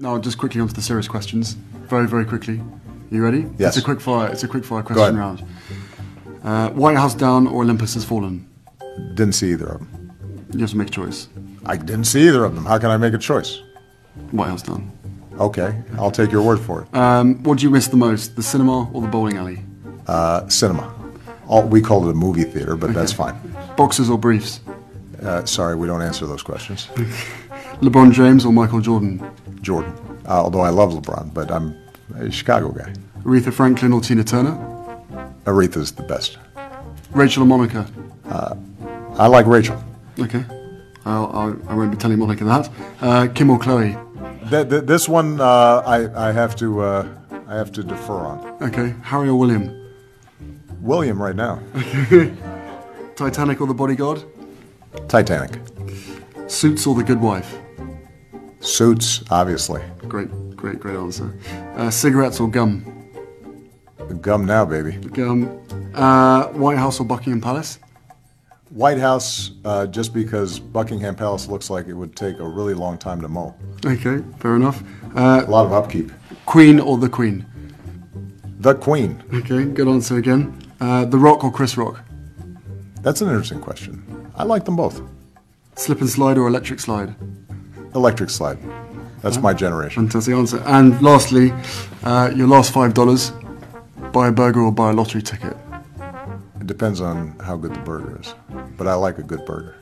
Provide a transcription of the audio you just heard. Now, just quickly onto the serious questions. Very, very quickly. You ready? Yes. It's a quick fire. It's a quick fire ahead. question round. Uh, White House down or Olympus has fallen? Didn't see either of them. You have to make a choice. I didn't see either of them. How can I make a choice? White House down. Okay, I'll take your word for it. Um, what do you miss the most, the cinema or the bowling alley? Uh, cinema. All, we call it a movie theater, but that's fine. Boxers or briefs? Uh, sorry, we don't answer those questions. LeBron James or Michael Jordan? Jordan. Uh, although I love LeBron, but I'm a Chicago guy. Aretha Franklin or Tina Turner? Aretha's the best. Rachel or Monica? I like Rachel. Okay. I'll, I'll, I won't be telling Monica that. Uh, Kim or Chloe? Th- th- this one uh, I, I have to uh, I have to defer on. Okay. Harry or William? William right now. Titanic or The Bodyguard? Titanic. Suits or The Good Wife? Suits, obviously. Great, great, great answer. Uh, cigarettes or gum? Gum now, baby. Gum. Uh, White House or Buckingham Palace? White House, uh, just because Buckingham Palace looks like it would take a really long time to mow. Okay, fair enough. Uh, A lot of upkeep. Queen or The Queen? The Queen. Okay, good answer again. Uh, the Rock or Chris Rock? That's an interesting question. I like them both. Slip and slide or electric slide? Electric slide. That's my generation. Fantastic answer. And lastly, uh, your last five dollars: buy a burger or buy a lottery ticket. It depends on how good the burger is, but I like a good burger.